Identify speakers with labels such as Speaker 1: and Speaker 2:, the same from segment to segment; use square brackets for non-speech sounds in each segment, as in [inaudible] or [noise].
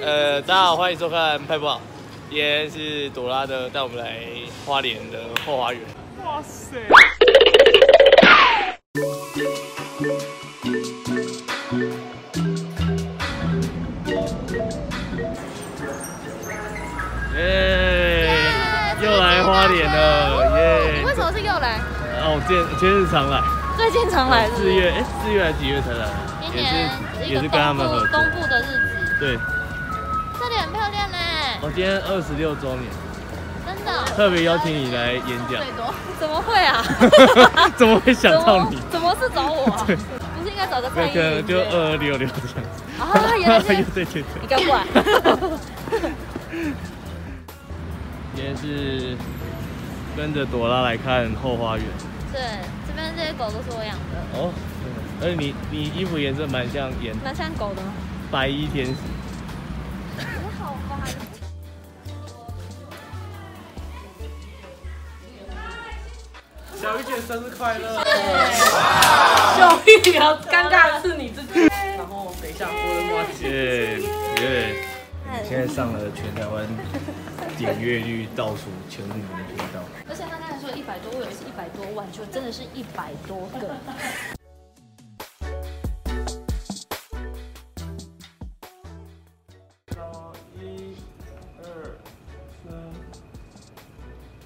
Speaker 1: 呃，大家好，欢迎收看《派不好》，今天是朵拉的带我们来花莲的后花园。
Speaker 2: 哇塞！
Speaker 1: 耶、 [laughs] 又来花莲
Speaker 3: [laughs]
Speaker 1: 了，
Speaker 2: 你
Speaker 1: 耶、
Speaker 2: 为什么是又来？
Speaker 1: 啊，我今天今天是常来，
Speaker 2: 最近常来是不
Speaker 1: 四
Speaker 2: 是？
Speaker 1: 月哎，四月还是几月才来？
Speaker 2: 今
Speaker 1: 也
Speaker 2: 年
Speaker 1: 是
Speaker 2: 一
Speaker 1: 也
Speaker 2: 个
Speaker 1: 是
Speaker 2: 东
Speaker 1: 跟他们合
Speaker 2: 部
Speaker 1: 作
Speaker 2: 东。部的日子，
Speaker 1: 对，
Speaker 2: 这里很漂亮呢，
Speaker 1: 我、今天二十六周年，
Speaker 2: 真的。
Speaker 1: 特别邀请你来演
Speaker 2: [laughs]
Speaker 1: 讲。？
Speaker 2: 多？怎么会啊
Speaker 1: 怎么会 [laughs] 想到你
Speaker 2: 怎么？怎么是找我
Speaker 1: [laughs]
Speaker 2: 啊？
Speaker 1: 对
Speaker 2: 不是应该找个蔡
Speaker 1: 那
Speaker 2: 依
Speaker 1: 个
Speaker 2: 林？
Speaker 1: 就二二六六这样子。
Speaker 2: 啊，原来是
Speaker 1: 又 [laughs] 对对对。
Speaker 2: 你
Speaker 1: [laughs]
Speaker 2: 该不来？
Speaker 1: 今天是跟着朵拉来看后花园
Speaker 2: [laughs] 对，这边这些狗都是我养的，
Speaker 1: 哦，而且你你衣服颜色蛮像演
Speaker 2: 蛮像狗的吗？
Speaker 1: 白衣天使，
Speaker 2: 好吧。
Speaker 1: 小鱼姐生日快乐！
Speaker 4: 小玉比较尴尬的是你自己。然后等一下，我的妈！
Speaker 1: 耶耶！现在上了全台湾点阅率倒数前五名的频道，
Speaker 3: 而且他刚才说一百多，我以为是一百多万，就真的是一百多个。
Speaker 5: 一、二、三。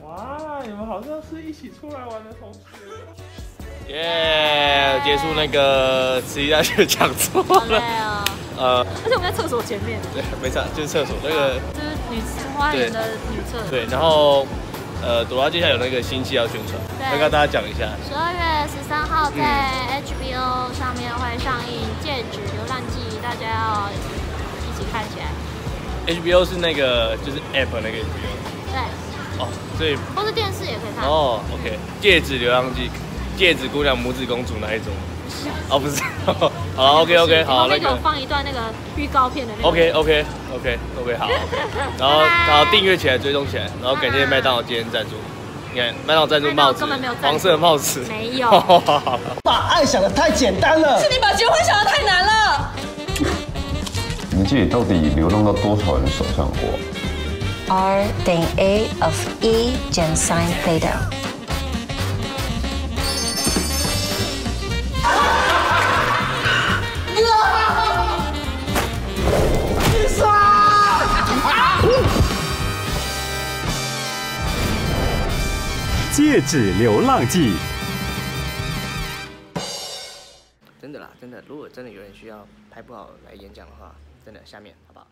Speaker 5: 哇，你们好像是一起出来玩的同学。
Speaker 1: 耶！结束那个慈溪大学讲座
Speaker 2: 好
Speaker 1: [laughs]
Speaker 2: 累
Speaker 1: 了，
Speaker 3: [laughs]
Speaker 2: 啊！
Speaker 1: 呃，
Speaker 2: 而且我们在厕所前面，
Speaker 1: 对，没啥，就是厕所那个
Speaker 2: 就是女花园的女厕。
Speaker 1: 对，然后呃，朵拉接下来有那个新戏要宣传，要跟大家讲一下。
Speaker 3: 十二月十三号
Speaker 1: 嗯
Speaker 3: 在 HBO 上面会上映《戒指流浪记》，大家要一起看起来。
Speaker 1: HBO 是那个就是 App 那个 HBO
Speaker 3: 对，
Speaker 1: 哦，所以
Speaker 3: 或是电视也可以看。
Speaker 1: 哦，OK，戒指流浪记，戒指姑娘、拇指公主哪一种？哦，不是， [laughs] 好，OK OK，好
Speaker 3: 旁
Speaker 1: 那
Speaker 3: 边有
Speaker 1: 个
Speaker 3: 放一段那个预告片的那个。
Speaker 1: ，OK OK OK OK [laughs] 好，然后然后订阅起来，追踪起来，然后感谢麦当劳今天赞助，你看麦当劳赞助帽子，黄色帽子，
Speaker 3: 没有
Speaker 1: [laughs]
Speaker 6: 把爱想的太简单了。
Speaker 4: 你把结婚想的太难了。
Speaker 7: 你自己到底流浪到多少人手上过？
Speaker 8: R than A of E gen sine theta.
Speaker 9: 《戒指流浪记》。
Speaker 10: 真的啦，真的，如果真的有人需要拍不好来演讲的话，真的下面好不好？